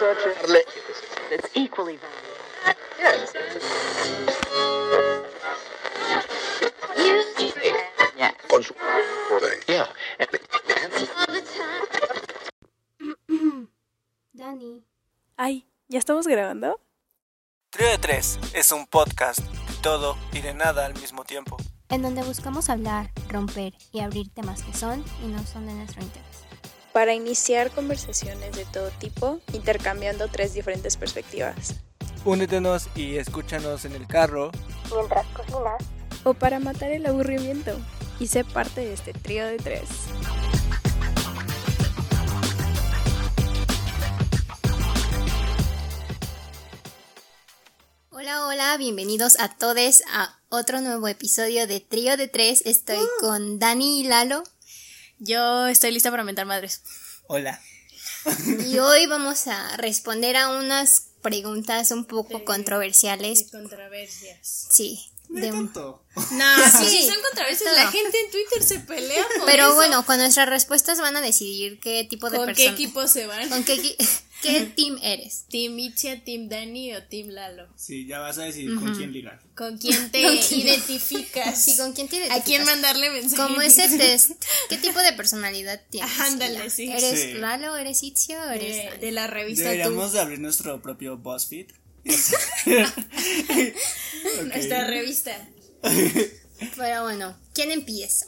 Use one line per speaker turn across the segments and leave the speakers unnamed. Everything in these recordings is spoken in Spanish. retrocharle.
that's equally valuable. Yes.
Con su.
Dani.
Ay, ¿ya estamos grabando?
Trio de Tres es un podcast de todo y de nada al mismo tiempo.
En donde buscamos hablar, romper y abrir temas que son y no son de nuestro interés.
para iniciar conversaciones de todo tipo, intercambiando tres diferentes perspectivas.
Únetenos y escúchanos en el carro.
O para matar el aburrimiento. Y sé parte de este trío de tres.
Hola, hola, bienvenidos a todos a otro nuevo episodio de Trío de Tres. Estoy con Dani y Lalo
Yo estoy lista para mentar madres.
Hola.
y hoy vamos a responder a unas preguntas un poco controversiales.
Controversias.
Sí, de un-
No,
Sí.
sí, son controversias.
No.
La gente en Twitter se pelea por
Pero
eso.
bueno, con nuestras respuestas van a decidir qué tipo de
¿Con
persona.
qué equipo se van?
¿Con qué, equi- qué team eres?
¿Team Ichia, Team Dani o Team Lalo?
Sí, ya vas a decidir con quién ligar.
¿Con quién te
¿Con quién?
identificas?
Sí, ¿con quién te
¿A quién
identificas?
mandarle mensaje?
Como ese test, ¿qué tipo de personalidad tienes?
Ajá, ándale,
Ila?
sí. Eh.
¿Eres
Sí.
Lalo, eres Itzio o eres
De,
Dani?
de la revista
Deberíamos
Tú.
de abrir nuestro propio BuzzFeed. Ok.
Nuestra revista.
Pero bueno, ¿quién empieza?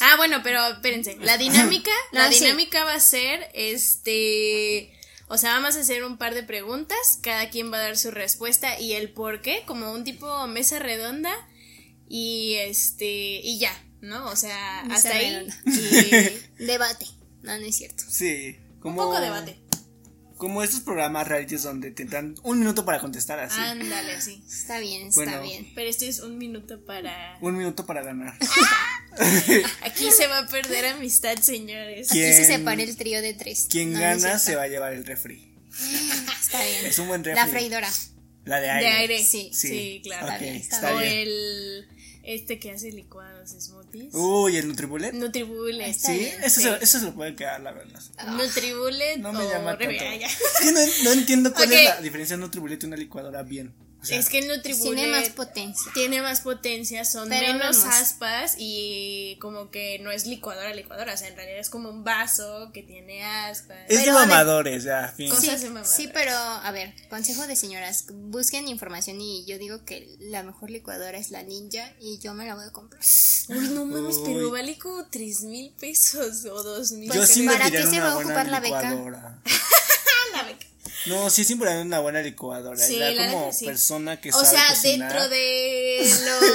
Ah, bueno, pero espérense. La dinámica, la
No, Ah, sí.
dinámica va a ser este. O sea, vamos a hacer un par de preguntas. Cada quien va a dar su respuesta y el por qué, como un tipo mesa redonda. Y este. Y ya, ¿no? O sea,
Mesa
hasta ahí.
redonda.
y-
Debate. No, no es cierto.
Sí. Como,
poco debate.
Como estos programas realities donde te dan un minuto para contestar así.
Ah, Ándale, sí.
Está bien, está
Bueno.
bien.
Pero este es un minuto para.
Un minuto para ganar.
Aquí se va a perder amistad, señores.
¿Quién-
Aquí se separa el trío de tres.
Quien
No, no es cierto. Ah,
gana se va a llevar el refri.
Está bien.
Es un buen refri.
La freidora.
La de
De
aire.
aire.
Sí,
sí,
sí,
claro.
ok,
Está bien, está
está
o
bien.
el. Este que hace licuados, smoothies.
Uy, el Nutribullet.
Nutribullet.
sí, eso,
sí.
Se, eso se lo puede quedar, la verdad.
Nutribullet
Ah, No me
o
llama tanto.
Rebe- Ah, ya.
Es que no, no entiendo cuál
Ok.
es la diferencia entre un Nutribullet y una licuadora bien. O sea,
Es que el Nutribullet
Tiene más potencia.
tiene más potencia, son
Pero
menos
vemos.
aspas y como que no es licuadora, licuadora. O sea, en realidad es como un vaso que tiene aspas.
es de
pero de-
mamadores, ya, fin.
Cosas
sí,
de mamadas.
sí, pero a ver, consejo de señoras, busquen información y yo digo que la mejor licuadora es la ninja y yo me la voy a comprar.
Uy, no mames, pero
Uy.
vale como tres mil pesos o dos mil.
Yo
Porque
sí
¿para
invertiría
qué
en
se
una
va a
buena
ocupar la beca?
licuadora. No, sí es importante una buena licuadora.
Sí,
ya
la
como
neta sí.
persona que
o
sabe
sea,
cocinar.
dentro de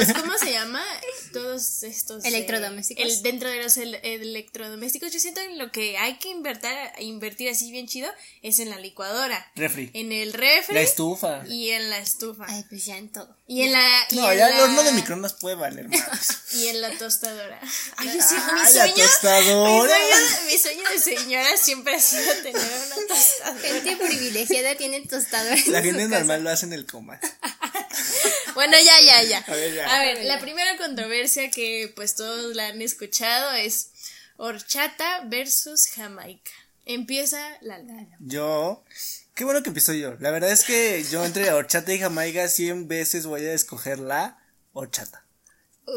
los ¿cómo se llama? Todos estos eh,
Electrodomésticos.
el- dentro de los el- electrodomésticos, yo siento que lo que hay que invertir invertir así bien chido es en la licuadora,
Refri.
en el refri
La estufa.
y en la estufa.
Ay, pues ya en todo.
Y en la y
No,
en
ya
la-
el horno de microondas puede valer más.
y en la tostadora. Ay,
Ay,
sí, mi
la
sueño, mi
tostadora.
sueño, mi sueño de señora siempre ha sido tener una tostadora.
Gente privilegiada tiene tostadores.
La
en
gente
su casa.
normal lo hace en el coma.
Bueno, ya, ya, ya.
A ver, ya.
A ver, la primera controversia que pues todos la han escuchado es horchata versus Jamaica. Empieza la la.
Yo. Qué bueno que empiezo yo. La verdad es que yo entre la horchata y jamaica 100 veces voy a escoger la horchata.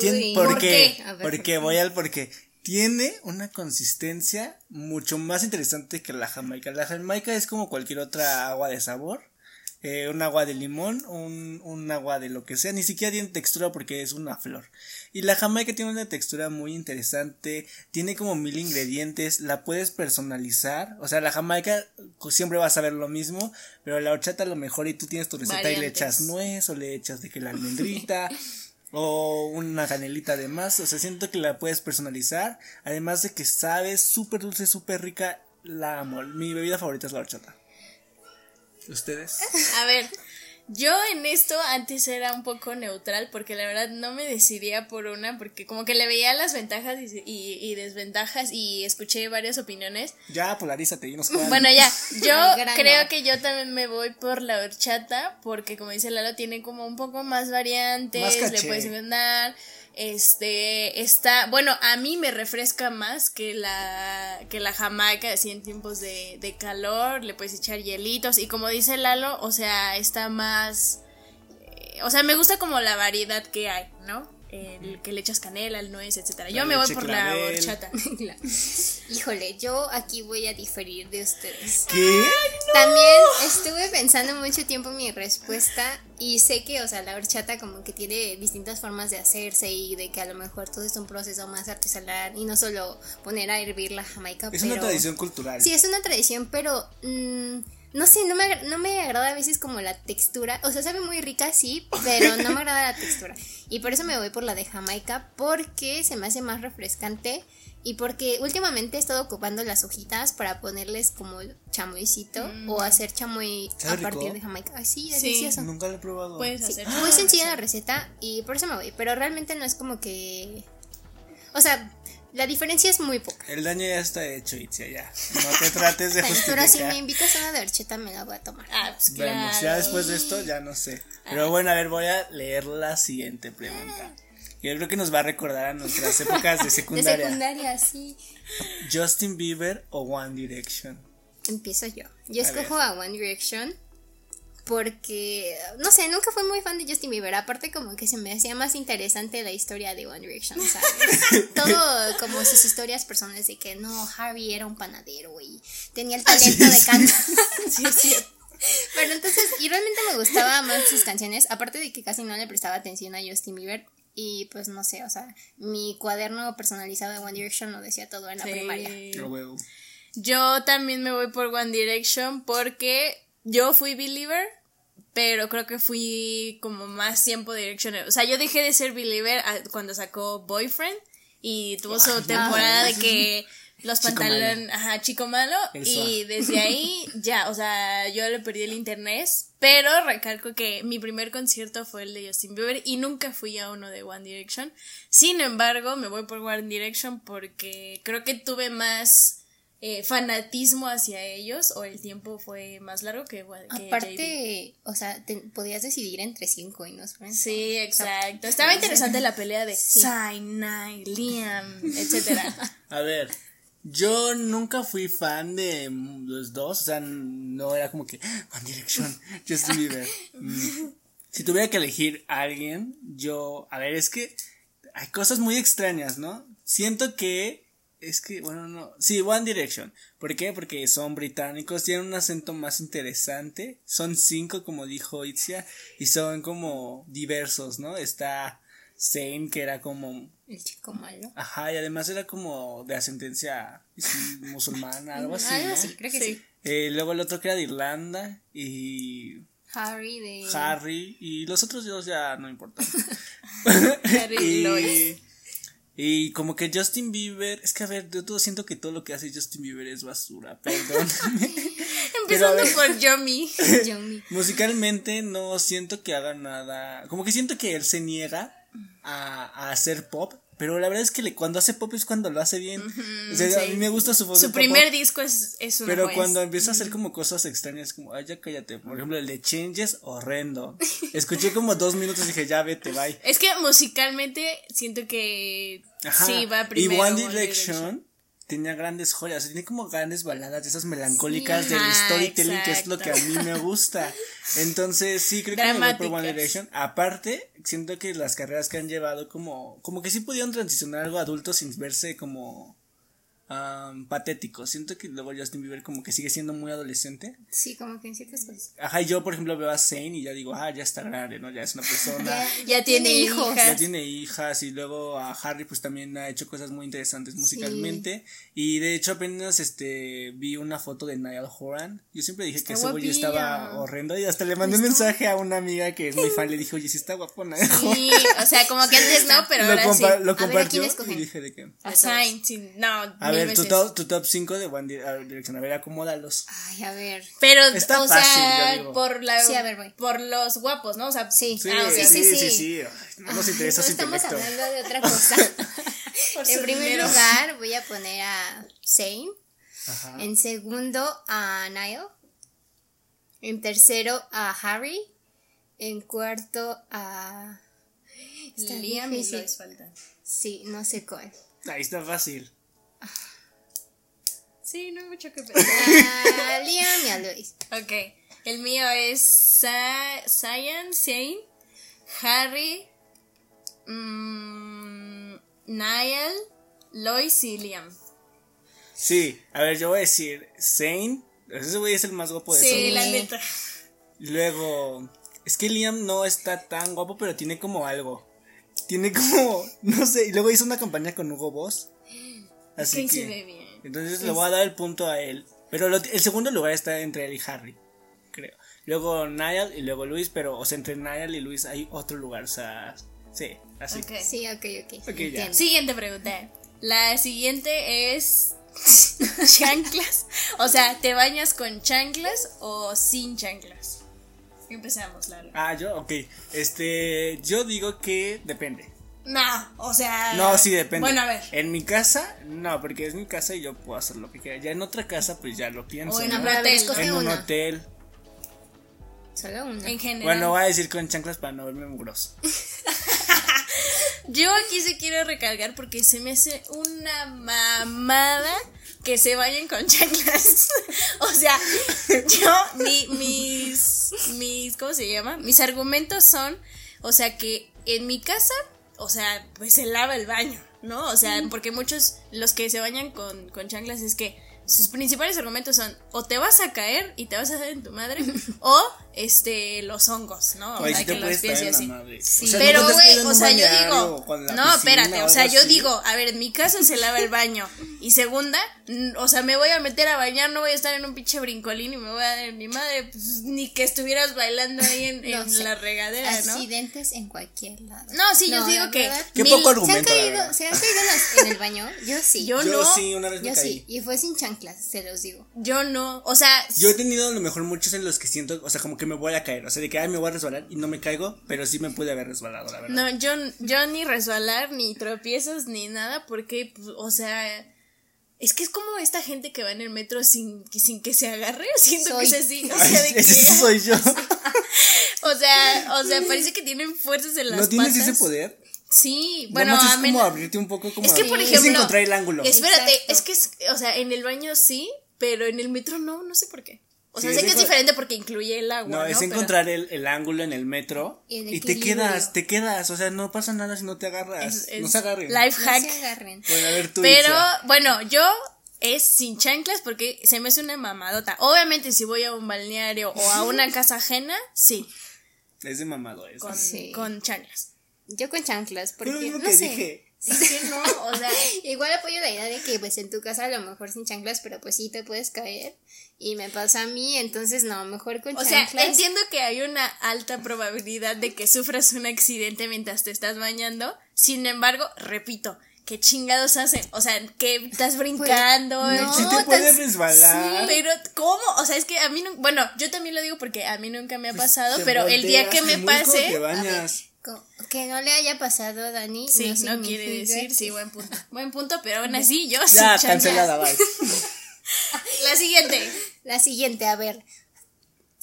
Tien-
Uy,
¿Por,
¿por
qué?
qué?
A ver, ¿por qué?
Porque voy al porque tiene una consistencia mucho más interesante que la jamaica. La jamaica es como cualquier otra agua de sabor. eh, un agua de limón, un, un agua de lo que sea, ni siquiera tiene textura porque es una flor. Y la jamaica tiene una textura muy interesante, tiene como mil ingredientes, la puedes personalizar, o sea, la jamaica co- siempre vas a ver lo mismo, pero la horchata a lo mejor y tú tienes tu receta y le
Variantes.
echas nuez o le echas de que la almendrita o una canelita de más. O sea, siento que la puedes personalizar. Además de que sabe súper dulce, súper rica. La amo. Mi bebida favorita es la horchata. ¿Ustedes?
A ver, yo en esto antes era un poco neutral porque la verdad no me decidía por una porque como que le veía las ventajas y, y- y desventajas y escuché varias opiniones.
Ya, polarízate y nos quedan.
Bueno, ya,
Al
yo
grano.
creo que yo también me voy por la horchata, porque como dice Lalo, tiene como un poco más variantes,
Más
le
caché.
puedes ganar. Este está, bueno, a mí me refresca más que la que la jamaica, así en tiempos de, de calor, le puedes echar hielitos y como dice Lalo, o sea, está más eh, o sea, me gusta como la variedad que hay, ¿no? El que le echas canela, el nuez, etcétera. Yo
La
me voy
leche
por la
clavel.
horchata.
Claro. Híjole, yo aquí voy a diferir de ustedes.
¿Qué?
También estuve pensando mucho tiempo mi respuesta y sé que, o sea, la horchata como que tiene distintas formas de hacerse y de que a lo mejor todo es un proceso más artesanal y no solo poner a hervir la jamaica.
Es
pero...
una tradición cultural.
Sí, es una tradición, pero mm, no sé, no me, agra- no me agrada a veces como la textura. O sea, sabe muy rica, sí, pero no me agrada la textura. Y por eso me voy por la de Jamaica, porque se me hace más refrescante. Y porque últimamente he estado ocupando las hojitas para ponerles como chamoycito o hacer chamoy a
¿Sabe rico?
partir de Jamaica. Ay, sí,
Mm. Sí.
delicioso.
Nunca lo he probado.
Puedes
Sí,
hacer.
muy sencilla la receta y por eso me voy. Pero realmente no es como que. O sea, la diferencia es muy poca.
El daño ya está hecho, Itzia, ya. No te trates de
Bueno, pero si me
justificar.
invitas a una de horchata me la voy a tomar.
Ah, pues
Vemos, ya
claro.
después de esto, ya no sé. Pero bueno, a ver, voy a leer la siguiente pregunta. Yo creo que nos va a recordar a nuestras épocas de
De
secundaria.
secundaria, sí.
Justin Bieber o One Direction.
Empiezo yo. Yo escojo a One Direction porque, no sé, nunca fui muy fan de Justin Bieber. Aparte, como que se me hacía más interesante la historia de One Direction, ¿sabes? Todo como sus historias personales de que no, Harry era un panadero y tenía el talento de cantar. sí, es cierto. Pero entonces, y realmente me gustaba más sus canciones, aparte de que casi no le prestaba atención a Justin Bieber. Y pues no sé, o sea, mi cuaderno personalizado de One Direction lo decía todo en la
Sí.
primaria.
Lo huevo.
Yo también me voy por One Direction porque yo fui believer, pero creo que fui como más tiempo Direction. O sea, yo dejé de ser believer a- cuando sacó Boyfriend y tuvo su temporada de que los
Chico
pantalones, ajá, chico malo,
El
y desde ahí ya, o sea, yo le perdí el internet, pero recalco que mi primer concierto fue el de Justin Bieber y nunca fui a uno de One Direction. Sin embargo, me voy por One Direction porque creo que tuve más eh, fanatismo hacia ellos o el tiempo fue más largo que, One- que JD.
Aparte, o sea, te- podías decidir entre cinco y no Friends.
Sí, exacto. Estaba interesante la pelea de Sinai, Liam, etcétera.
A ver, yo nunca fui fan de los dos, o sea, no era como que "Ah, One Direction, Justin Bieber. Mm. Si tuviera que elegir a alguien, yo, a ver, es que hay cosas muy extrañas, ¿no? Siento que es que, bueno, no, sí, One Direction. ¿Por qué? Porque son británicos, tienen un acento más interesante, son cinco, como dijo Itzia, y son como diversos, ¿no? Está Zane, que era como
El chico malo.
Ajá, y además era como de ascendencia sí, musulmana, algo así.
Algo
¿no?
así, creo que sí.
Eh, luego el otro que era de Irlanda y
Harry de.
Harry y los otros dos ya no importan.
Harry y Lloyd.
y como que Justin Bieber, es que a ver, yo todo siento que todo lo que hace Justin Bieber es basura, perdóname. Pero a
Empezando
ver.
por Yomi.
Yomi.
Musicalmente no siento que haga nada. Como que siento que él se niega a, a hacer pop. Pero la verdad es que le- cuando hace pop es cuando lo hace bien. O sea, a
sí.
mí me gusta su voz.
Su
de
primer
pop,
disco es, es
Pues
una
Pero
juez.
cuando empieza a hacer como cosas extrañas, como, ay, ya cállate. Por ejemplo, el de Changes, horrendo. Escuché como dos minutos y dije, ya vete, bye.
Es que musicalmente siento que
Ajá.
sí va primero.
Y One Direction, tenía grandes joyas, o sea, tiene como grandes baladas de esas melancólicas
Sí.
del
Ajá,
storytelling, que es lo que a
exacto.
mí me gusta. Entonces, sí, creo que me voy por One
Dramáticas.
Direction. Aparte, siento que las carreras que han llevado, como, como que sí pudieron transicionar algo adulto sin verse como am, patético. Siento que luego Justin Bieber como que sigue siendo muy adolescente.
Sí, como que en ciertas cosas.
Ajá, y yo, por ejemplo, veo a Zayn y ya digo, ah, ya está grande, ¿no? Ya es una persona.
Ya tiene hijos.
ya tiene hijas y luego a Harry pues también ha hecho cosas muy interesantes musicalmente y de hecho apenas este vi una foto de Niall Horan yo siempre dije que ese güey
guapilla.
estaba horrendo y hasta le mandé un mensaje a una amiga que es muy fan le dije oye si está guapo Niall Horan
Sí, o sea, como que antes no, pero
lo,
ahora sí.
A
compa- lo
ver, ¿a
compartió
quién escogen?
y dije de que
A Sainz, sí, no,
a
mil
ver tu
veces.
top, tu top 5 de One Di- a ver, Direction a ver acomódalos
Ay, a ver.
Pero,
Está
o
fácil, yo
sea,
digo.
por la,
Sí, a ver, voy.
por los guapos, ¿no? O sea,
Sí.
sí
Ah, ok.
sí, sí, sí,
sí.
Ay, no nos interesa
No
su
estamos
intelecto
hablando de otra cosa. en primer lugar, voy a poner a Zane.
Ajá.
En segundo, a Niall. En tercero, a Harry. En cuarto, a. Está
Liam y
difícil.
Lois faltan.
Sí, no sé cuál.
Ahí está fácil.
Sí, no hay mucho que pensar.
A Liam y a Lois.
ok. El mío es Sa Cyan, Zane, Harry, mm, Niall, Lois y Liam.
Sí, a ver, yo voy a decir Zane. Ese güey es el más guapo de
Sí,
todos.
la neta.
Luego, es que Liam no está tan guapo, pero tiene como algo. Tiene como, no sé, y luego hizo una campaña con Hugo Boss. Así
que se ve
que.
bien.
Entonces le voy a dar el punto a él. Pero lo- el segundo lugar está entre él y Harry, creo. Luego Niall y luego Luis, pero, o sea, entre Niall y Luis hay otro lugar, o sea, sí, así.
Ok.
Sí, ok, ok.
Ok, ya.
entiendo.
Siguiente pregunta. La siguiente es chanclas. O sea, ¿te bañas con chanclas o sin chanclas? Empezamos, Lalo.
Ah, yo, ok. Este, yo digo que depende.
No, o sea.
No, sí, depende.
Bueno, a ver.
En mi casa, no, porque es mi casa y yo puedo hacer lo que quiera. Ya en otra casa, pues ya lo pienso.
O en
¿no?
una
A ver,
hotel.
escoge
En un
una.
hotel.
Solo una.
En general.
Bueno, voy a decir con chanclas para no verme mugroso.
Yo aquí se quiero recalcar porque se me hace una mamada que se vayan con chanclas. o sea, yo, mi- mis, mis, ¿cómo se llama? Mis argumentos son, o sea, que en mi casa, o sea, pues se lava el baño, ¿no? O sea, porque muchos, los que se bañan con, con chanclas es que sus principales argumentos son o te vas a caer y te vas a hacer en tu madre o este los hongos, ¿no? O
Ay,
sea,
sí te
que los
puedes
pies y
caer en la
así.
madre.
Sí,
O sea,
pero
¿no te has
güey,
caído en
o
un
sea, yo
baño
digo,
o con la
no,
piscina
espérate,
o
o sea,
algo
yo
así?
digo, a ver, en mi casa se lava el baño y segunda, mm, o sea, me voy a meter a bañar, no voy a estar en un pinche brincolín y me voy a dar en mi madre, pues, ni que estuvieras bailando ahí en,
No
en
sé.
la regadera, ¿no?
Accidentes en cualquier lado.
No, sí, yo digo
la
que
verdad,
Qué
mil-
poco
¿Se han
argumento, la
caído,
verdad.
¿se han caído en las- en el baño? Yo sí.
Yo,
Yo
no,
sí, una vez me
Yo
caí.
sí. Y fue sin chanclas, se los digo.
yo no, o sea,
Yo he tenido a lo mejor muchos en los que siento, o sea, como que me voy a caer. O sea, de que, ay, me voy a resbalar y no me caigo, pero sí me pude haber resbalado, la verdad.
no, yo, yo ni resbalar, ni tropiezos, ni nada, porque, pues, o sea... Es que es como esta gente que va en el metro sin, que- sin que se agarre, siento
Soy.
que es así. O
Ay,
sea, de que...
ese soy yo.
O sea, o sea, parece que tienen fuerzas en las
¿No tienes
patas.
ese poder?
Sí, bueno,
Nada más
a
es
menos-
como abrirte un poco como
Es que por
es
ejemplo,
encontrar el ángulo.
Espérate,
Exacto.
es que es, o sea, en el baño sí, pero en el metro no, no sé por qué. O sea,
Sí,
sé
es
que es
encon-
diferente porque incluye el agua,
No,
¿no?
es
Pero-
encontrar el, el ángulo en el metro
Y el
y te
equilibrio.
quedas, te quedas, o sea, no pasa nada si no te agarras,
es- es
no se agarren.
Life
No
hack.
se agarren.
Bueno, a ver tú,
Pero
Itza.
bueno, yo es sin chanclas porque se me hace una mamadota. Obviamente si voy a un balneario o a una casa ajena, sí,
es de mamado eso.
con,
Sí.
con chanclas.
Yo con chanclas, porque
Pero es lo
no
que
sé.
dije.
Es que no, o sea,
Igual apoyo la idea de que pues en tu casa a lo mejor sin chanclas, pero pues sí te puedes caer. Y me pasa a mí, entonces no, mejor con
O sea,
chanclas.
entiendo que hay una alta probabilidad de que sufras un accidente mientras te estás bañando. Sin embargo, repito, ¿qué chingados hacen? O sea, que estás brincando.
Pues,
eh,
no,
Si
Sí
te
tan-
puedes
Sí,
resbalar.
pero ¿cómo? O sea, es que a mí no, bueno, yo también lo digo porque a mí nunca me ha pasado,
Pues, te
pero el día que
volteas,
me
te mueres como Te
pase,
bañas.
Co- Que no le haya pasado a Dani.
sí, no, quiere
significa
decir,
que-
sí, buen punto. Buen punto, pero aún así yo sin
Ya,
chanclas.
cancelada, bye.
La siguiente.
La siguiente, a ver.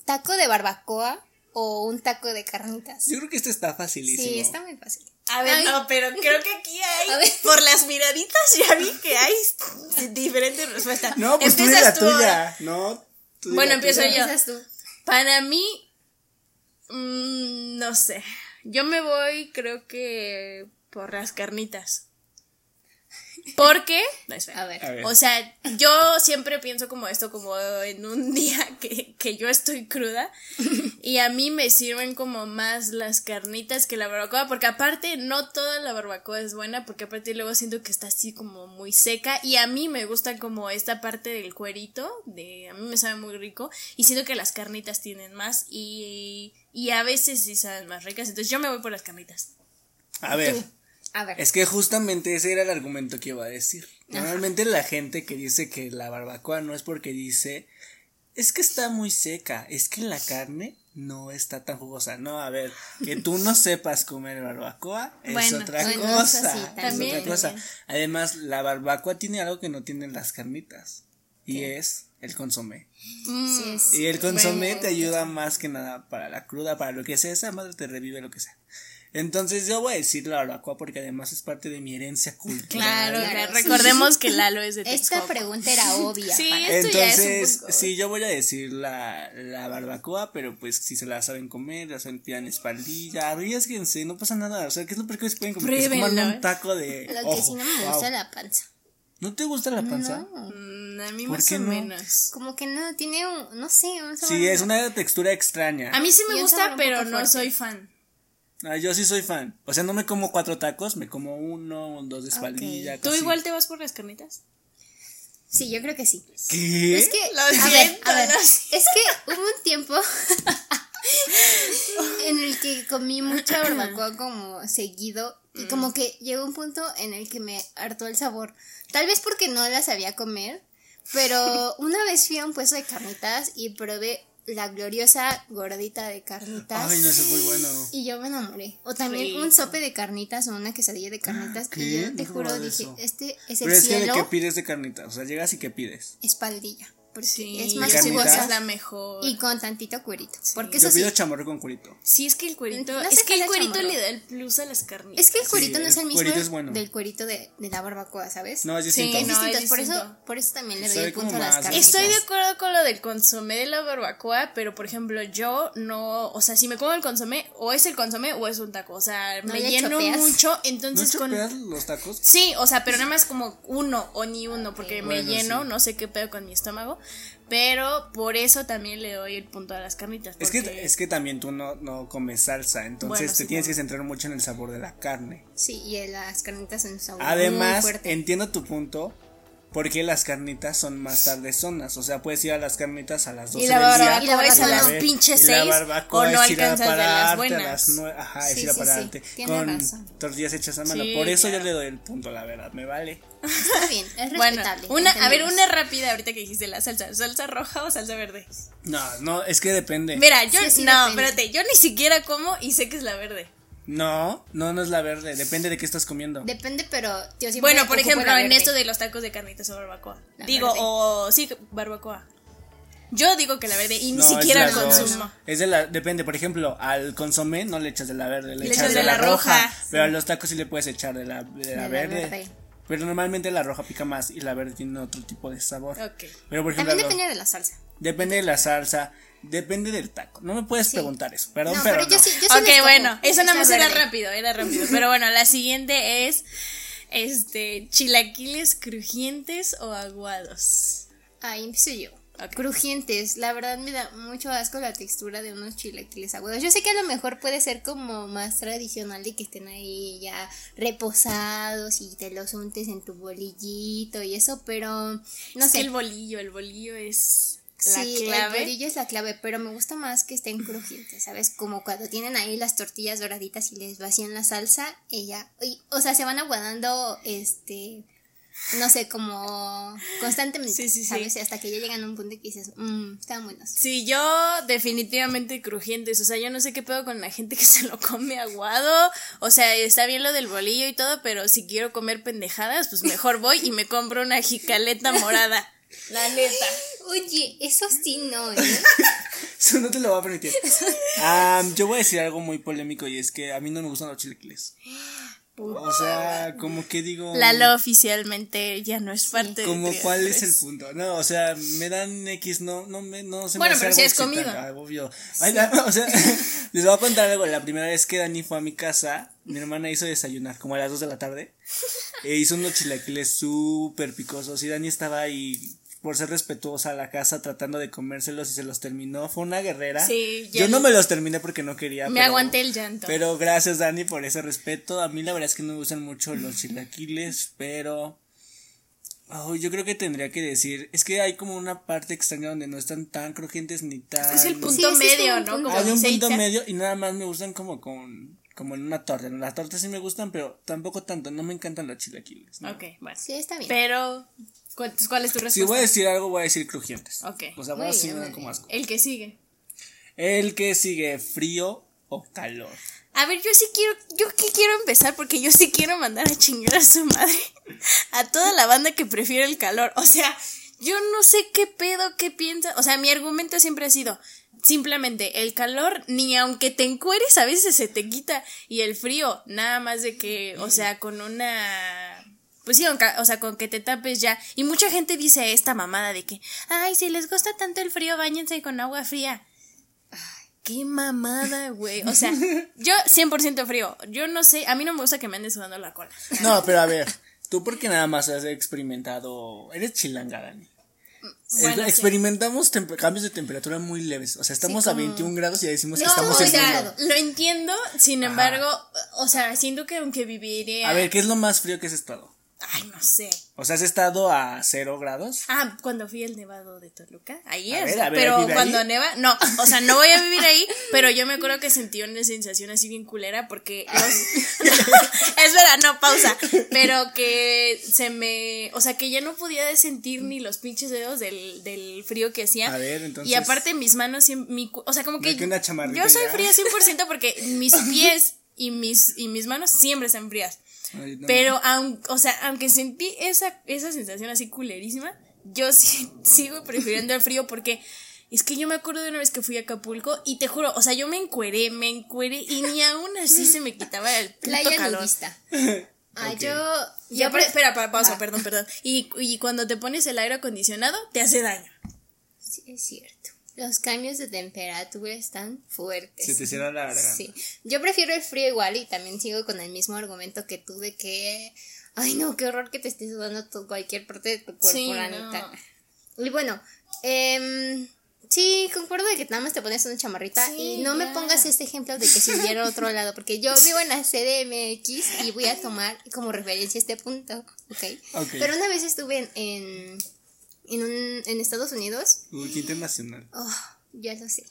¿Taco de barbacoa o un taco de carnitas?
Yo creo que esto está facilísimo.
Sí, está muy fácil.
A ver,
Ay.
no, pero creo que aquí hay.
A ver.
Por las miraditas ya vi que hay diferentes respuestas.
No, pues tú di la
Empiezas tú ahora.
tuya, no. tú di
Bueno,
la
empiezo
tuya.
pues, yo.
Empiezas tú.
Para mí. mm, no sé. Yo me voy, creo que. Por las carnitas. Porque. No, espera.
A ver.
A ver.
O sea, yo siempre pienso como esto, como en un día que, que yo estoy cruda y a mí me sirven como más las carnitas que la barbacoa, porque aparte no toda la barbacoa es buena, porque aparte luego siento que está así como muy seca y a mí me gusta como esta parte del cuerito, de, a mí me sabe muy rico y siento que las carnitas tienen más y, y a veces sí saben más ricas, entonces yo me voy por las carnitas.
A ver.
A ver.
Es que justamente ese era el argumento que iba a decir. Normalmente la gente que dice que la barbacoa no es porque dice, es que está muy seca, es que la carne no está tan jugosa. No, a ver, que tú no sepas comer barbacoa es
Bueno,
otra
bueno, eso
cosa.
sí,
es
también,
otra cosa. Además, la barbacoa tiene algo que no tienen las carnitas y es el consomé.
Sí, es-
Y el consomé te ayuda más que nada para la cruda, para lo que sea, esa madre te revive lo que sea. Entonces yo voy a decir la barbacoa porque además es parte de mi herencia cultural.
Claro,
Claro, sí.
Mm, recordemos que Lalo es de
Esta
Texcoco.
pregunta era obvia.
Sí,
para-
esto ya es un
Entonces,
poco-
sí, yo voy a decir la, la barbacoa, pero pues si se la saben comer, la saben pidan espaldilla, arriesguense, no pasa nada. O sea, ¿qué es lo peor que les pueden comer? Que se coman
Pruébenlo,
un
¿eh?
taco de.
Lo que
ojo.
sí no me gusta
Wow.
es la panza.
¿No te gusta la panza?
Mm, A mí
¿Por
más
qué
o
no?
menos.
Como que no, tiene un, no sé, un sabor-
Sí, es una textura extraña.
A mí sí
Y
me
un
gusta,
sabor un
pero
poco
no
fuerte.
soy fan.
Ah, yo sí soy fan. O sea, no me como cuatro tacos, me como uno, un dos de espaldilla.
¿Tú
casi.
igual te vas por las carnitas?
Sí, yo creo que sí.
¿Qué?
Es que,
Lo
a ver,
siento,
a ver,
lo
es que hubo un tiempo en el que comí mucha barbacoa como seguido y
Mm.
como que llegó un punto en el que me hartó el sabor. Tal vez porque no la sabía comer, pero una vez fui a un puesto de carnitas y probé la gloriosa gordita de carnitas.
Ay, no, eso es muy bueno.
Y yo me enamoré. O también un
Rico. Ah,
sope de carnitas o una quesadilla de carnitas. Y
¿Qué?
yo te
No
juro,
probaba
dije,
eso.
este es el
Pero es que de
cielo,
qué pides de carnita. O sea, llegas y qué pides.
espaldilla. Porque es
de
más
carnitas.
jugosa,
jugosa
es la mejor.
y con tantito cuerito. Porque
Yo
eso sí,
pido chamorro con curito.
sí, es que el cuerito,
No
es
sé
que
cuál
el
es
cuerito
chamorro.
le da el plus a las carnitas.
es que el cuerito no es el
el
mismo
cuerito es bueno.
del cuerito de, de la barbacoa, ¿sabes?
No, es
Sí,
distinto.
no.
Distintas,
es
por eso,
distinto.
por eso también le doy
Sabe
el punto a
como
las
más
carnitas.
Estoy de acuerdo con lo del consomé de la barbacoa, pero por ejemplo, yo no, o sea, si me como el consomé, o es el consomé o es un taco, o sea,
No
me
le
lleno
chopeas.
mucho,
¿No
entonces con
chopeas los tacos?
Sí, o sea, pero nada más como uno o ni
Ah,
uno, porque
Bueno,
me lleno,
sí.
no sé qué pedo con mi estómago, pero por eso también le doy el punto a las carnitas.
Es que,
porque-
es que también tú no, no comes salsa, entonces
Bueno,
te
sí,
tienes
bueno.
que centrar mucho en el sabor de la carne.
Sí, y las carnitas son un sabor muy
Además,
fuerte.
entiendo tu punto, porque las carnitas son más tardezonas. O sea, puedes ir a las carnitas a las 12
Y la
del día.
barbacoa
Y la
es a
barbacoa
las
ver,
pinches
y la
seis, o
barbacoa
no
es ir a
alcanzas de las
pararte a las
buenas.
nue- Ajá, es
Sí,
ir a
sí, sí,
pararte.
tiene
con
razón.
tortillas hechas a mano.
Sí,
Por eso
claro.
yo le doy el punto, la verdad, me vale.
Está bien, es
Bueno,
respetable.
una, a ver,
entendemos.
una rápida ahorita que dijiste la salsa, salsa roja o salsa verde.
No, no, es que depende.
Mira, yo
Sí, sí,
no,
depende.
espérate, yo ni siquiera como y sé que es la verde.
No, no, no es la verde. Depende de qué estás comiendo.
Depende, pero yo siempre
Bueno, por
ocupo
ejemplo,
la
en
verde.
esto de los tacos de carnitas o barbacoa.
La
digo,
verde.
o sí, barbacoa. Yo digo que la verde y ni
No, es
siquiera
las dos.
consumo.
Es de la, depende, por ejemplo, al consomé no le echas de la verde, le, echas de, la, roja.
roja.
Pero a los tacos sí le puedes echar de la, de la
la
verde.
verde.
Pero normalmente la roja pica más y la verde tiene otro tipo de sabor.
Ok.
Pero por ejemplo,
También
lo- depende,
depende de la salsa.
de la salsa, depende del taco. No me puedes preguntar eso, perdón,
no,
pero,
pero, yo
no.
sí, yo sí
Ok,
la escojo.
bueno, eso nada
Es
más
la
era
verde.
rápido, era rápido. Pero bueno, la siguiente es este chilaquiles crujientes o aguados.
Ahí empiezo yo. Crujientes, la verdad me da mucho asco la textura de unos chilaquiles aguados. Yo sé que a lo mejor puede ser como más tradicional de que estén ahí ya reposados y te los untes en tu bolillito y eso, pero no
Es que
sé.
el bolillo, el bolillo es la
Sí, el
clave.
bolillo es la clave, pero me gusta más que estén crujientes, ¿sabes? Como cuando tienen ahí las tortillas doraditas y les vacían la salsa, ella, y- o sea, se van aguadando, este, no sé, como constantemente,
Sí, sí, sí.
¿sabes? Hasta que ya llegan a un punto que dices, mmm, están buenos.
Sí, yo definitivamente crujientes, o sea, yo no sé qué pedo con la gente que se lo come aguado, o sea, está bien lo del bolillo y todo, pero si quiero comer pendejadas, pues mejor voy y me compro una jicaleta morada. La neta.
Oye, eso sí no, ¿eh?
Eso no te lo voy a permitir. Ah, yo voy a decir algo muy polémico y es que a mí no me gustan los chilaquiles. O sea, como que digo.
Lalo oficialmente ya no es parte
como
de
cuál es
Triángulo.
el punto no o sea me dan x no no me no se me
Bueno,
hace
pero
algo
si es
excitante,
comida.
algo obvio Ay, la- o sea les voy a contar algo la primera vez que Dani fue a mi casa mi hermana hizo desayunar como a las 2 de la tarde e hizo unos chilaquiles súper picosos y Dani estaba ahí por ser respetuosa a la casa tratando de comérselos y se los terminó fue una guerrera
Sí, ya
yo no
le-
me los terminé porque no quería
Me
pero-
aguanté el llanto.
pero gracias Dani por ese respeto a mí la verdad es que no me gustan mucho los chilaquiles pero Oh, yo creo que tendría que decir, es que hay como una parte extraña donde no están tan crujientes ni tan...
Es el
Sí,
punto
ese es como
medio,
un
¿no?
punto.
Como
Hay un
dice
punto
Itza.
medio y nada más me gustan como con como en una torta. En las tortas sí me gustan, pero tampoco tanto. No me encantan los chilaquiles. ¿no?
Ok, bueno.
Sí, está bien.
Pero, ¿cuál, cuál es tu respuesta?
Si voy a decir algo, voy a decir crujientes.
Ok.
Los aguados
Muy
sí
bien,
me dan
muy
como asco.
El que sigue.
El que sigue, frío o calor.
A ver, yo sí quiero, yo que quiero empezar porque yo sí quiero mandar a chingar a su madre a toda la banda que prefiere el calor. O sea, yo no sé qué pedo, qué piensa. O sea, mi argumento siempre ha sido, simplemente el calor, ni aunque te encueres, a veces se te quita. Y el frío, nada más de que, o sea, con una. Pues sí, aunque- o sea, con que te tapes ya. Y mucha gente dice esta mamada de que, ay, si les gusta tanto el frío, bañense con agua fría. Ay, Qué mamada, güey. O sea, yo 100% frío. Yo no sé, a mí no me gusta que me anden sudando la cola.
No, pero a ver, tú porque nada más has experimentado, eres chilanga, Dani.
Mm, Bueno,
Eh,
sí.
Experimentamos tempe- cambios de temperatura muy leves. O sea, estamos a 21 grados y ya decimos que
No,
estamos
o
en
sea,
invierno.
lo entiendo, sin embargo, o sea, siento que aunque viviré.
A ver, ¿qué es lo más frío que has estado?
Ay, no sé.
O sea, has estado a 0 grados.
Ah, cuando fui al nevado de Toluca, ahí
A
es.
ver, a ver,
pero
¿vive
cuando
ahí?
neva, no, o sea, no voy a vivir ahí, pero yo me acuerdo que sentí una sensación así bien culera porque los- espera, no, pausa. Pero que se me, o sea que ya no podía sentir ni los pinches dedos del, del frío que hacía.
A ver, entonces-
Y aparte mis manos, siem- mi, cu- o sea, como
No
que,
que una chamarrita
yo soy
ya.
fría 100% porque mis pies y mis, y mis manos siempre están frías.
Ay, no.
Pero, aun- o sea, aunque sentí esa, esa sensación así culerísima, yo sí- sigo prefiriendo el frío porque es que yo me acuerdo de una vez que fui a Acapulco y te juro, o sea, yo me encueré, me encueré y ni aún así se me quitaba el puto
Playa
calor.
nudista. Ah, yo.
Y
yo
aparte-
pre-
espera, pa- pausa,
Ah,
perdón, perdón. Y, y cuando te pones el aire acondicionado, te hace daño.
sí, es cierto. Los cambios de temperatura están fuertes.
Se te cierra la garganta.
Sí. Yo prefiero el frío igual y también sigo con el mismo argumento que tú de que. Ay, no, qué horror que te estés sudando tu- cualquier parte de tu cuerpo,
Sí,
la
no.
neta. Y bueno, em, sí, concuerdo de que nada más te pones una chamarrita
Sí,
y no me
ya.
pongas este ejemplo de que si hubiera otro lado, porque yo vivo en la CDMX y voy a tomar como referencia este punto, ¿ok?
Ok.
Pero una vez estuve en, en, en un- en Estados Unidos,
Uy, qué internacional.
oh, ya lo sé.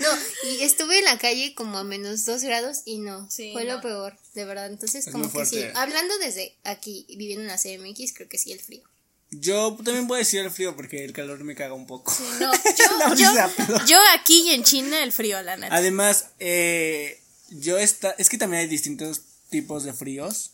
no, y estuve en la calle como a menos dos grados y no,
Sí,
fue lo
no.
peor, de verdad. Entonces,
Es
como
muy
que sí,
fuerte.
hablando desde aquí, viviendo en la CDMX, creo que sí, el frío.
Yo también voy a decir el frío porque el calor me caga un poco.
No,
La Ah,
yo,
brisa,
yo,
pero-
yo aquí y en China el frío, la neta.
Además, eh, yo está, es que también hay distintos tipos de fríos.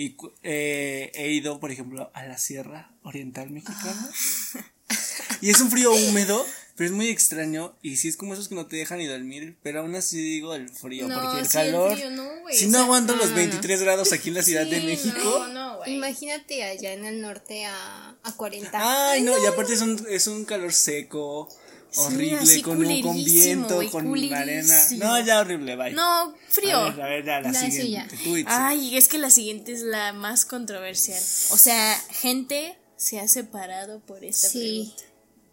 Y cu- eh, he ido, por ejemplo, a la Sierra Oriental Mexicana.
Ah.
Y es un frío húmedo, pero es muy extraño. Y sí es como esos que no te dejan ni dormir. Pero aún así digo el frío,
No,
porque el
sí, el
calor.
frío, no, güey,
si
o
no
sea,
aguanto los 23 grados aquí en la Ciudad de
Sí,
México.
No, no, güey.
Imagínate allá en el norte a, a 40.
Ay, no, y aparte es un, es un calor seco,
Sí,
horrible,
así
con, un- con
culerísimo,
viento,
güey,
con arena.
culerísimo.
No, ya horrible, bye.
No, frío.
A ver, a ver, ya, la,
La
siguiente.
suya.
Tú, Itzel.
Ay, es que la siguiente es la más controversial. O sea, gente se ha separado por esta
Sí.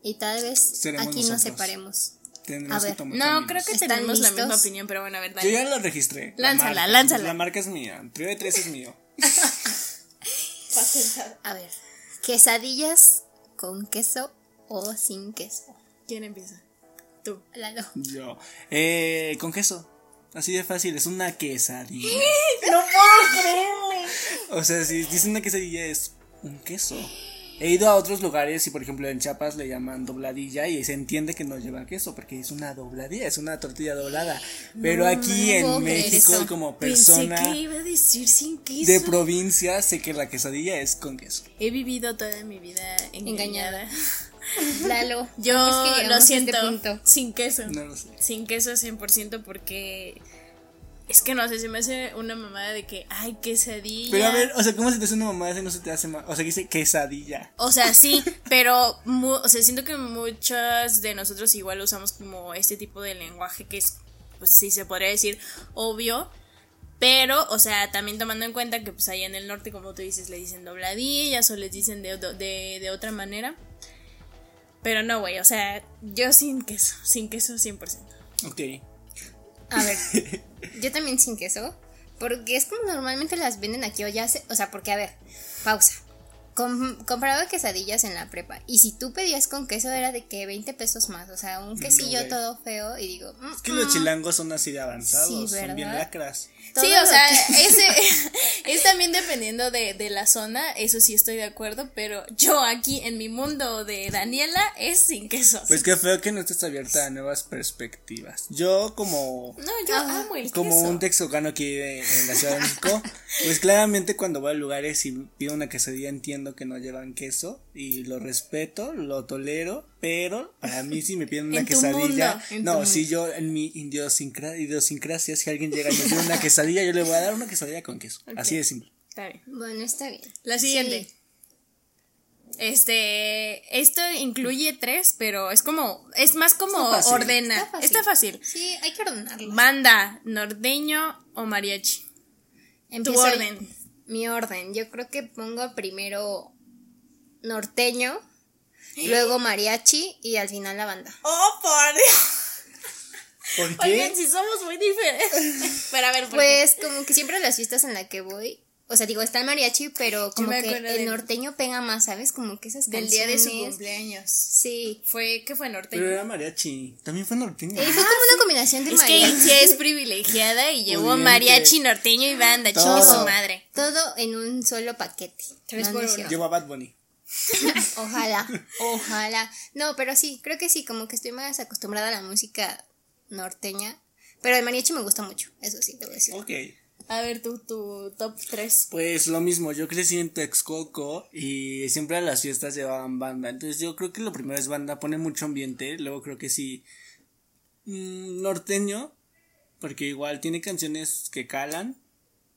Y tal vez
Seremos
aquí nos
nosotros.
separemos.
Tendremos
a
que
ver,
tomar
pregunta. No,
caminos.
creo que
¿Están
tenemos la misma
listos?
opinión, pero bueno, a ver,
Yo
dale.
ya lo registré.
Lánzala,
marca. pues,
lánzala.
La marca es mía. Trío de tres es mío.
A ver, quesadillas con queso o sin queso.
¿Quién empieza? Tú.
Lalo.
Yo. Eh, con queso. Así de fácil, es una quesadilla. O sea, si dicen una quesadilla es un queso. He ido a otros lugares y, por ejemplo, en Chiapas le llaman dobladilla y se entiende que no lleva queso porque es una dobladilla, es una tortilla doblada. Pero aquí
puedo creer
en México,
eso.
como
Pensé que
persona
iba a decir sin queso.
de provincia, sé que la quesadilla es con queso.
He vivido toda mi vida engañada.
Engañada. Lalo.
Yo
es que
lo
llegamos a este
siento.
punto.
Sin queso.
No lo sé.
Sin queso 100% porque es que no sé, se me hace una mamada de que, ay, quesadilla.
Pero a ver, o sea, ¿cómo se te hace una mamá si no se te hace mal? O sea, que dice quesadilla.
O sea, sí, pero mu- o sea, siento que muchas de nosotros igual usamos como este tipo de lenguaje que es, pues sí, se podría decir obvio. Pero, o sea, también tomando en cuenta que pues allá en el norte, como tú dices, le dicen dobladillas o les dicen de, de, de- de otra manera. Pero no, güey, o sea, yo sin queso, sin queso 100%.
Ok.
A ver, yo también sin queso. Porque es como normalmente las venden aquí o ya se. O sea, porque a ver, pausa. Com- compraba quesadillas en la prepa. Y si tú pedías con queso era de que 20 pesos más. O sea,
Mm,
un quesillo
ok.
todo feo. Y digo, mm,
Es que los
mm,
chilangos son así de avanzados,
Sí,
son bien
¿verdad?
lacras.
todo
Sí,
lo
o sea,
que-
ese- es también dependiendo de, de la zona, eso sí estoy de acuerdo, pero yo aquí en mi mundo de Daniela es sin queso.
Pues qué feo que no estés abierta a nuevas perspectivas. Yo como
no, yo
Ah,
amo el
como
queso.
un texocano que vive en la Ciudad de México, pues claramente cuando voy a lugares y pido una quesadilla entiendo entiendo que no llevan queso y lo respeto, lo tolero, pero para mí si me piden una
En tu
quesadilla,
mundo, en tu
no,
mundo.
si yo en mi idiosincra- idiosincrasia, si alguien llega y me pide una quesadilla, yo le voy a dar una quesadilla con queso. Así de simple.
Está bien.
Bueno, está bien.
La siguiente.
Sí.
Este, esto incluye tres, pero es como, es más como
Está fácil.
ordena.
Está fácil.
Está fácil.
Sí, hay que ordenarlo.
Banda, norteño o mariachi.
Empiezo
orden.
Mi orden. Yo creo que pongo primero norteño,
¿Eh?
luego mariachi y al final la banda.
Oh, por Dios.
¿Por
Oigan, si somos muy diferentes. Pero a ver, ¿por qué?
Pues como que siempre las fiestas en las que voy, o sea, digo, está el mariachi, pero como
me
que
acuerdo
el
del-
norteño pega más, ¿sabes? Como que esas
Del
canciones.
día de su cumpleaños.
Sí.
Fue, ¿qué fue norteño?
Pero era mariachi, también fue norteño.
Eh, fue como una combinación de
Ah, Es que
mariachi.
Itzia es privilegiada y llevó
Pudiente.
mariachi, norteño y banda, chingue
Todo.
su madre.
Todo en un solo paquete.
Tres
No,
por
no es
uno.
cierto.
Llevo a Bad Bunny.
Ojalá, ojalá. No, pero sí, creo que sí, como que estoy más acostumbrada a la música norteña. Pero el mariachi me gusta mucho, eso sí, te voy a decir.
Ok.
A ver, tu, tu top 3.
Pues lo mismo, yo crecí en Texcoco y siempre a las fiestas llevaban banda. Entonces yo creo que lo primero es banda, pone mucho ambiente. Luego creo que sí, mm, norteño, porque igual tiene canciones que calan,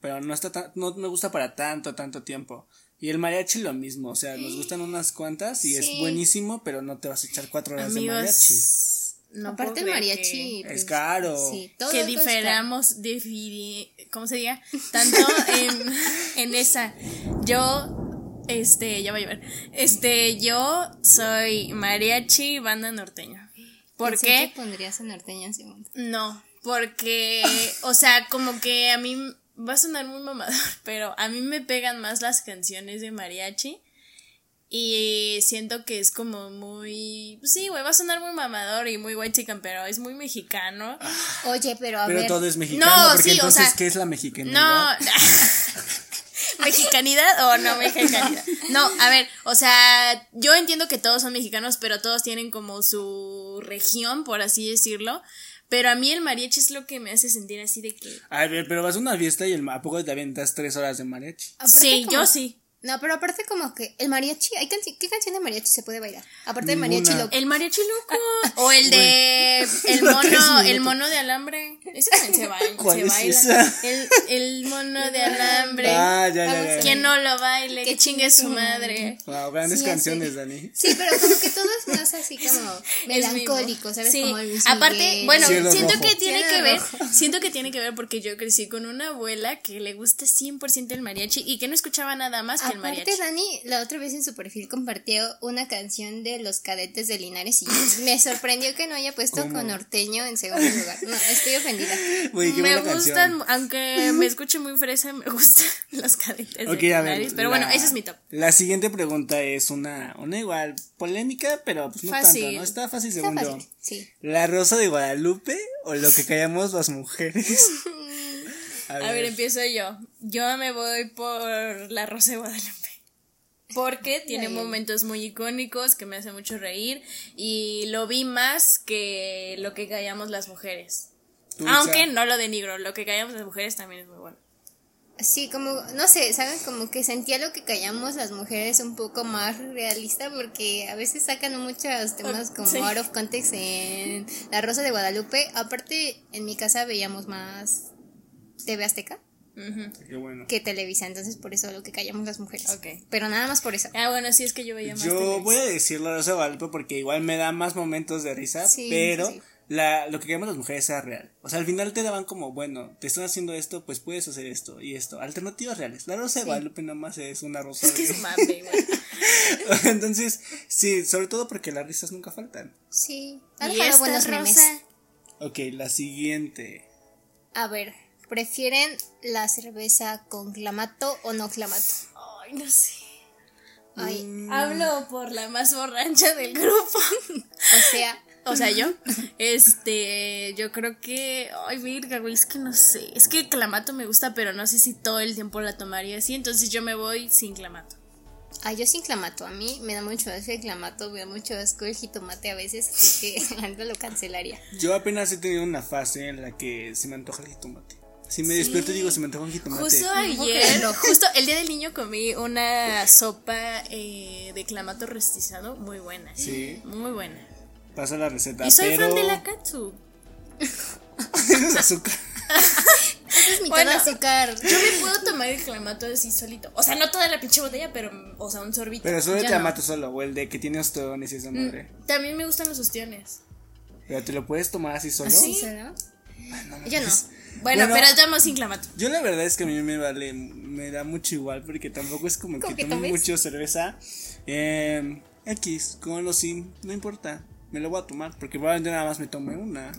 pero no, está tan- no me gusta para tanto, tanto tiempo. Y el mariachi lo mismo, o sea, nos gustan unas cuantas y es
Sí.
buenísimo, pero no te vas a echar cuatro horas de mariachi.
Amigos, no
Aparte
puedo
el
creer
mariachi. pues,
pues,
Es caro.
Sí, todo todo es
que
caro.
diferamos, difiri- ¿cómo se diga? Tanto en, en esa. Yo, este, ya va a llover. Este, yo soy mariachi banda norteño. ¿Por
Pensé
qué?
que pondrías a norteño en segundo?
No, porque, o sea, como que a mí va a sonar muy mamador, pero a mí me pegan más las canciones de mariachi. Y siento que es como muy. pues Sí, güey, va a sonar muy mamador y muy chican, pero es muy mexicano.
Oye, pero a
Pero
ver.
todo es mexicano,
No,
porque
sí, o
entonces,
sea,
¿qué es la mexicanidad?
No. ¿Mexicanidad o no mexicanidad? No, a ver, o sea, yo entiendo que todos son mexicanos, pero todos tienen como su región, por así decirlo. Pero a mí el mariachi es lo que me hace sentir así de que.
A ver, pero vas a una fiesta y el, ¿a poco te aventas tres horas de mariachi?
aparte
Sí,
como-
yo sí.
No, pero aparte como que el mariachi, hay canci- ¿qué canción de mariachi se puede bailar? Aparte del mariachi
Ninguna.
loco.
El mariachi loco. O el de. El
Dura tres
mono. El
minutos.
mono de alambre. Ese también se baila.
¿Cuál
se
es
baila.
esa?
El, el mono de alambre.
Ah, ya, ya,
Vamos
ya,
a-
ya.
Quien no lo baile, que chingue su madre.
Wow, grandes
Sí, así.
canciones, Dani.
Sí, pero como que todo es más así como melancólico,
Es
¿sabes?
Sí.
Como Luis
Aparte,
Miguel.
bueno,
Cielo
siento
rojo.
que tiene
Cielo
que ver,
rojo.
siento que tiene que ver porque yo crecí con una abuela que le gusta 100% el mariachi y que no escuchaba nada más que el mariachi.
Aparte, Dani, la otra vez en su perfil compartió una canción de los cadetes de Linares y me sorprendió que no haya puesto
¿Cómo?
con norteño en segundo lugar. No, estoy ofendida.
Güey, qué
me
buena
gustan,
canción.
aunque me escuche muy fresa, me gustan los cadetes
Ok,
de
a ver,
Linares, pero
la-
bueno, ese es mi top.
La siguiente pregunta es una, una igual polémica, pero pues no
Fácil.
tanto, ¿no? Está fácil
Está
según
fácil.
yo.
Sí.
¿La rosa de Guadalupe o lo que callamos las mujeres?
A ver. empiezo yo. Yo me voy por La Rosa de Guadalupe. Porque tiene momentos muy icónicos que me hace mucho reír y lo vi más que lo que callamos las mujeres.
Tú,
Aunque
Isa.
no lo denigro, lo que callamos las mujeres también es muy bueno.
Sí, como, no sé, ¿saben? Como que sentía lo que callamos las mujeres un poco más realista porque a veces sacan muchos temas como
Ah, Sí.
out of context en La Rosa de Guadalupe. Aparte, en mi casa veíamos más TV Azteca
Qué bueno.
que Televisa, entonces por eso lo que callamos las mujeres.
Ok.
Pero nada más por eso.
Ah, bueno, sí es que yo veía más.
Yo
televisión.
voy a decir la rosa de Guadalupe pues, porque igual me da más momentos de risa,
Sí,
pero
sí.
la, lo que queremos las mujeres era real. O sea, al final te daban como, bueno, te están haciendo esto, pues puedes hacer esto y esto. Alternativas reales. La rosa de Guadalupe nomás es una rosa
Es que
de-
es mame, güey.
Entonces, sí, sobre todo porque las risas nunca faltan.
Sí, han
Y
dejado
esta
buenos
rosa.
memes.
Ok, la siguiente.
A ver, ¿prefieren la cerveza con clamato o no clamato?
Ay, no sé.
Ay,
Mm.
Mm.
Hablo por la más borracha del grupo.
o sea,
O sea, yo. Este, yo creo que. Ay, virga, güey, es que no sé. Es que clamato me gusta, pero no sé si todo el tiempo la tomaría así. Entonces yo me voy sin clamato.
ay, yo sin clamato. A mí me da mucho asco el clamato, me da mucho asco el jitomate a veces, así que antes lo cancelaría.
Yo apenas he tenido una fase en la que se me antoja el jitomate. Si me despierto y digo, se me antoja un jitomate.
Justo ayer, justo el día del niño comí una sopa eh, de clamato rostizado muy buena. ¿eh?
Sí.
Muy buena.
Pasa la receta.
Y soy
pero...
fan de la katsu.
Eso es azúcar.
Esa es mi
Bueno.
cara de azúcar.
Yo me puedo tomar el clamato así solito. O sea, no toda la pinche botella, pero, o sea, un sorbito.
Pero solo
Ya
el
no. Mm.
clamato solo, o el de que tiene osteones y esa madre.
También me gustan los ostiones.
Pero te lo puedes tomar así
¿Ah,
solo.
¿Sí? ¿Será? Yo no.
Bueno,
Ah, Bueno.
pero el tomo sin clamato.
Yo la verdad es que a mí me vale, me da mucho igual porque tampoco es como que,
que
tome
tomes?
mucho cerveza. Eh, X, con o sin, no importa. Me lo voy a tomar porque probablemente nada más me tome una.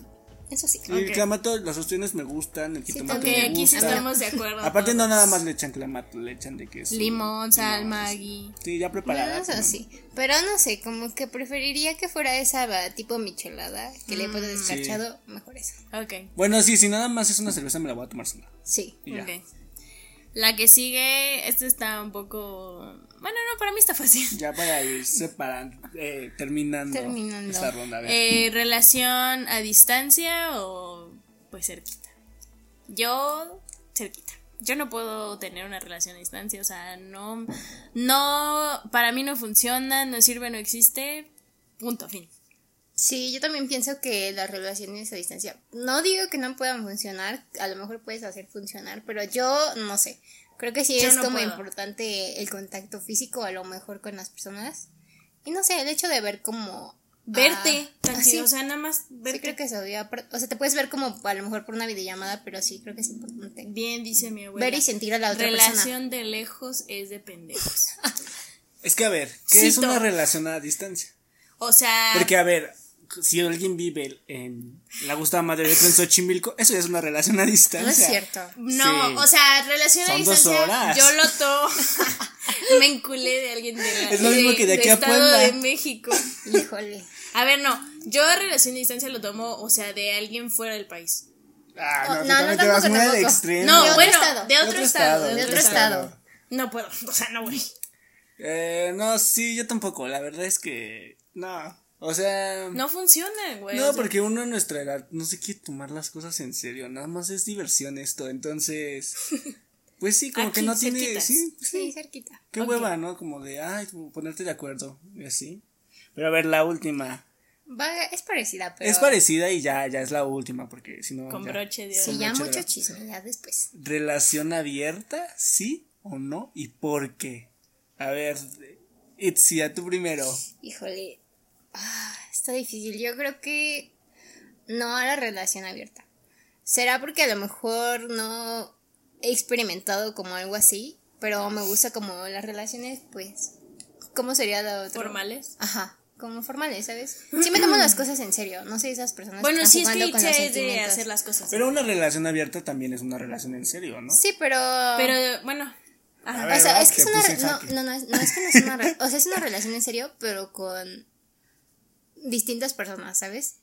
Eso sí.
Y El clamato, las opciones me gustan, el jitomate
Ok,
me
Eh, aquí sí
gusta.
estamos de acuerdo.
uh, Aparte no
todos.
nada más le echan clamato, le echan de queso.
Limón, sal,
No,
maggi.
Sí, ya preparada.
Bueno, eso
¿no?
sí. Pero no sé, como que preferiría que fuera esa va, tipo michelada que le puedo descachado. Mejor esa.
Ok,
Bueno, sí, si nada más es una cerveza me la voy a tomar sola.
Sí.
Y ya.
ok. La que sigue, esta está un poco... Bueno, no, para mí está fácil.
Ya para ir separando, eh, terminando,
Terminando.
esta ronda. a ver.
Eh, relación a distancia o pues cerquita. Yo cerquita. Yo no puedo tener una relación a distancia, o sea, no no para mí no funciona, no sirve, no existe. Punto fin.
Sí, yo también pienso que las relaciones a distancia, no digo que no puedan funcionar, a lo mejor puedes hacer funcionar, pero yo no sé. Creo que sí
Yo
es
no
como
puedo.
importante el contacto físico, a lo mejor con las personas. Y no sé, el hecho de ver como...
Verte,
Ah,
tan
ah,
sí,
sí.
o sea, nada más
Sí,
verte.
creo que eso, ya, pero- o sea, te puedes ver como a lo mejor por una videollamada, pero sí, creo que es importante.
Bien dice mi abuela.
Ver y sentir a la otra
relación
persona.
de lejos es de pendejos.
es que a ver, ¿qué es
Cito. Ah.
una relación a distancia?
O sea,
Porque a ver, si alguien vive en la Gustavo Madre de en Xochimilco, eso ya es una relación a distancia.
No es cierto.
no,
Sí.
o sea, relación a
Son dos
distancia
horas.
yo lo tomo. Me enculé de alguien de la-
Es lo mismo que de aquí a
Estado
Puebla.
de México.
Híjole.
A ver, no. Yo relación a distancia lo tomo, o sea, de alguien fuera del país.
Ah,
No,
no, tú
no, no,
también te vas
tampoco,
muy al
tampoco.
extremo.
No,
otro
bueno,
estado.
de
De
otro, estado,
de otro estado.
No puedo, o sea, no voy.
Eh, no, sí, yo tampoco. La verdad es que. No. O sea.
No pues, funciona, güey. o
No,
sea,
porque uno a nuestra edad no se quiere tomar las cosas en serio, nada más es diversión esto, entonces, pues sí, como que
Aquí,
no tiene,
cerquitas.
sí,
Sí, cerquita.
qué hueva, ¿no? Como de, ay, como ponerte de acuerdo, y así. Pero a ver, la última,
Va, es parecida, pero...
es parecida y ya, ya es la última, porque si no,
Con
ya.
broche de
Sí,
oro.
ya pues,
Mucho
mucho
gra-
chisme, ya después.
¿Relación abierta, sí o no? ¿Y por qué? A ver, Itzia, tú primero.
Híjole, ah, está difícil. Yo creo que no a la relación abierta. Será porque a lo mejor no he experimentado como algo así, pero me gusta como las relaciones, pues, ¿cómo sería la otra?
Formales.
Ajá, como formales, ¿sabes? Sí me tomo las cosas en serio, no soy esas personas que
Bueno,
están
sí, es que
jugando con
Itza
los
es de
sentimientos.
hacer las cosas.
Pero una relación abierta también es una relación en serio, ¿no?
Sí, pero...
Pero, bueno. ajá.
A
O sea,
¿verdad?
es que es
Te
una.
puse en
re- No,
jaque.
no, no, es, no, es que no es una. re- O sea, es una relación en serio, pero con distintas personas, ¿sabes?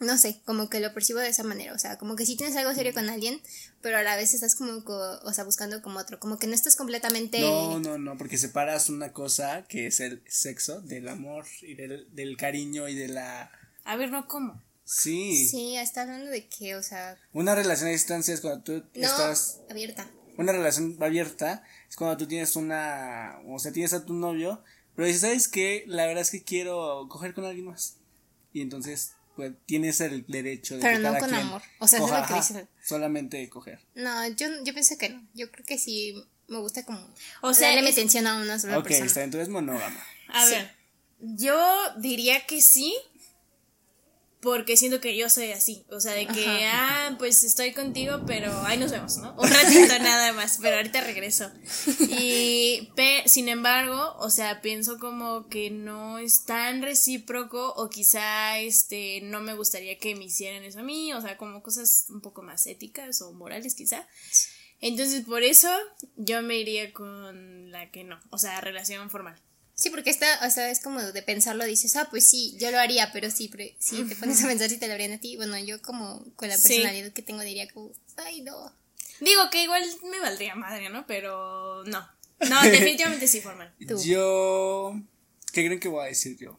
No sé, como que lo percibo de esa manera. O sea, como que sí tienes algo serio con alguien, pero a la vez estás como. co- o sea, buscando como otro. Como que no estás completamente.
No, no, no, porque separas una cosa que es el sexo del amor y del, del cariño y de la...
A ver, no, ¿cómo?
Sí.
Sí, está hablando de que, o sea.
Una relación a distancia es cuando tú
No,
estás...
abierta.
Una relación abierta es cuando tú tienes una... O sea, tienes a tu novio, pero dices, ¿sabes qué? La verdad es que quiero coger con alguien más. Y entonces, pues, tienes el derecho de...
Pero
que
no
cada
con
quien
amor. O sea, eso es
coja,
lo que
ajá,
dicen.
Solamente coger.
No, yo, yo pienso que no. Yo creo que sí me gusta como.
O sea,
darle mi
es-
atención a una sola
ok, está,
persona.
entonces monógama.
A ver, yo diría que sí, porque siento que yo soy así. O sea, de que, ah, pues estoy contigo, pero ahí nos vemos, ¿no? Un ratito nada más, pero ahorita regreso. Y, pe- sin embargo, o sea, pienso como que no es tan recíproco, o quizá, este, no me gustaría que me hicieran eso a mí, o sea, como cosas un poco más éticas o morales, quizá. Entonces, por eso, yo me iría con la que no, o sea, relación formal.
Sí, porque esta, o sea, es como de pensarlo, dices, ah, pues sí, yo lo haría, pero sí, pero sí, te pones a pensar si te lo harían a ti. Bueno, yo como con la
Sí.
personalidad que tengo diría como, ay, no.
Digo que igual me valdría madre, ¿no? Pero no. No, definitivamente sí, formal.
Tú.
Yo... ¿Qué creen que voy a decir yo?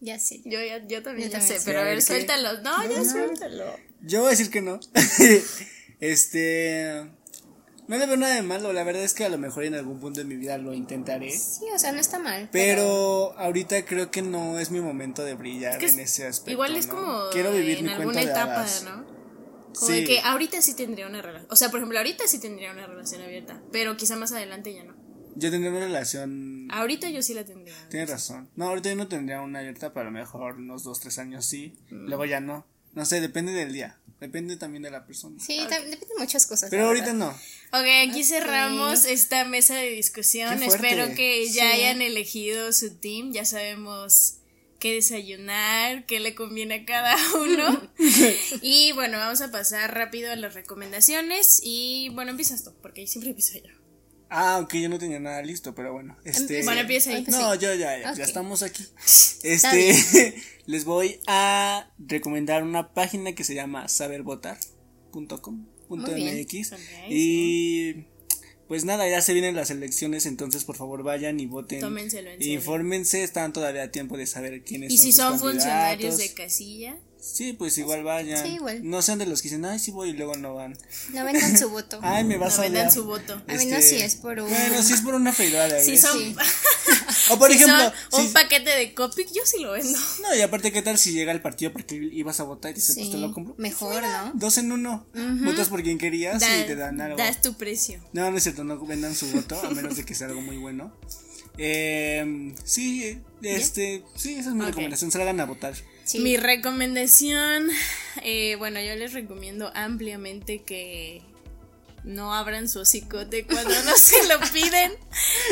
Ya sé.
Yo ya, yo también
Yo
ya
también.
sé,
Sí,
pero
a
a
ver
ver,
qué-
suéltalo. No, ya suéltalo.
Yo voy a decir que no. este. No le veo nada de malo. La verdad es que a lo mejor en algún punto de mi vida lo intentaré.
Sí, o sea, no está mal.
Pero ahorita creo que no es mi momento de brillar
que es-
en ese aspecto.
Igual es
¿no?
como
Quiero vivir
en
mi
alguna
cuenta de
etapa,
hadas.
¿no? Como de
Sí.
que ahorita sí tendría una relación. O sea, por ejemplo, ahorita sí tendría una relación abierta, pero quizá más adelante ya no.
Yo tendría una relación.
Ahorita yo sí la tendría.
Tienes razón. No, ahorita yo no tendría una abierta, pero a lo mejor unos dos, tres años sí.
Mm.
Luego ya no. No sé, depende del día. Depende también de la persona.
Sí, tam- depende de muchas cosas.
Pero
la
ahorita
verdad.
no.
Ok, aquí cerramos esta mesa de discusión.
Qué fuerte.
Espero que ya
Sí.
hayan elegido su team. Ya sabemos qué desayunar, qué le conviene a cada uno. y bueno, vamos a pasar rápido a las recomendaciones. Y bueno, empiezas tú, porque siempre empiezo yo.
Ah, aunque yo no tenía nada listo, pero bueno. Este,
Em, Bueno, empieza ahí.
No, yo ya, ya,
Ok.
ya estamos aquí.
bien.
Este, les voy a recomendar una página que se llama
Muy
sabervotar.com.mx
Ok,
y pues nada, ya se vienen las elecciones, entonces por favor vayan y voten.
Tómenselo en serio.
Infórmense, están todavía a tiempo de saber quiénes
Y
son
si
sus
son funcionarios
candidatos.
de casilla,
Sí, pues igual vayan.
Sí, igual.
No sean de los que dicen, "Ay, sí voy" y luego no van.
No vendan su voto.
Ay, me vas
no
a
vendan
odiar.
su voto.
A menos si es por un-
Este, Bueno, si es por una feidora de
Si
vez.
son,
sí.
O por
si son
ejemplo,
un
si-
paquete de Copic, yo sí lo vendo.
No, y aparte, ¿qué tal si llega el partido porque ibas a votar y dices,
Sí,
pues te lo compro?
mejor, ¿no?
Dos en uno. Votas por quien querías y
Da-
Ah, te dan algo.
Das tu precio.
No, no es cierto, no vendan su voto, a menos de que sea algo muy bueno. Eh, sí, este, sí, esa es mi
Ok.
recomendación, salgan a votar.
Sí.
Mi recomendación, eh, bueno, yo les recomiendo ampliamente que no abran su hocicote cuando no se lo piden.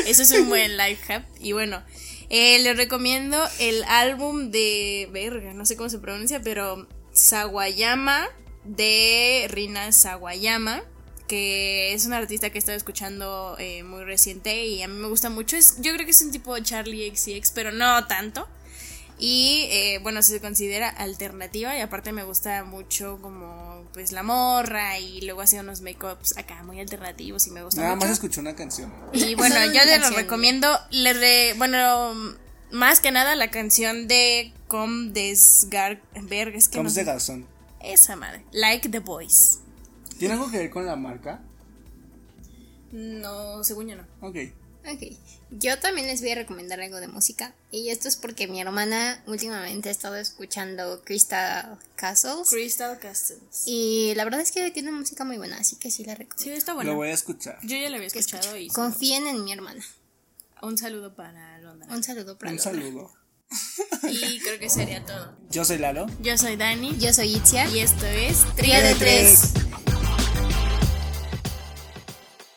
Eso es un buen life hack. Y bueno, eh, les recomiendo el álbum de, verga, no sé cómo se pronuncia, pero Sawayama de Rina Sawayama. Que es una artista que he estado escuchando eh, muy reciente y a mí me gusta mucho. Es, yo creo que es un tipo Charlie XCX, pero no tanto. Y eh, bueno, se considera alternativa y aparte me gusta mucho como pues la morra y luego hace unos make-ups acá muy alternativos y me gusta
Nada
mucho.
más escuché una canción.
Y bueno,
Solo
yo
una
les lo
canción.
recomiendo, les re- bueno, más que nada la canción de Com Desgarberg, es que
Comes
no-
de Garzón.
esa madre, Like the Boys.
¿Tiene algo que ver con la marca?
No, según yo no.
Ok.
Ok. Yo también les voy a recomendar algo de música. Y esto es porque mi hermana últimamente ha estado escuchando Crystal Castles.
Crystal Castles.
y la verdad es que tiene música muy buena, así que sí la recomiendo.
Sí, está
Lo
bueno.
voy a escuchar.
Yo ya la había escuchado y
Confíen en mi hermana.
un saludo para Londra.
Un saludo para
Un
Lola.
saludo.
Y creo que sería todo.
Yo soy Lalo.
Yo soy Dani
Yo soy Itzia.
y esto es
Trío de
tres.
tres.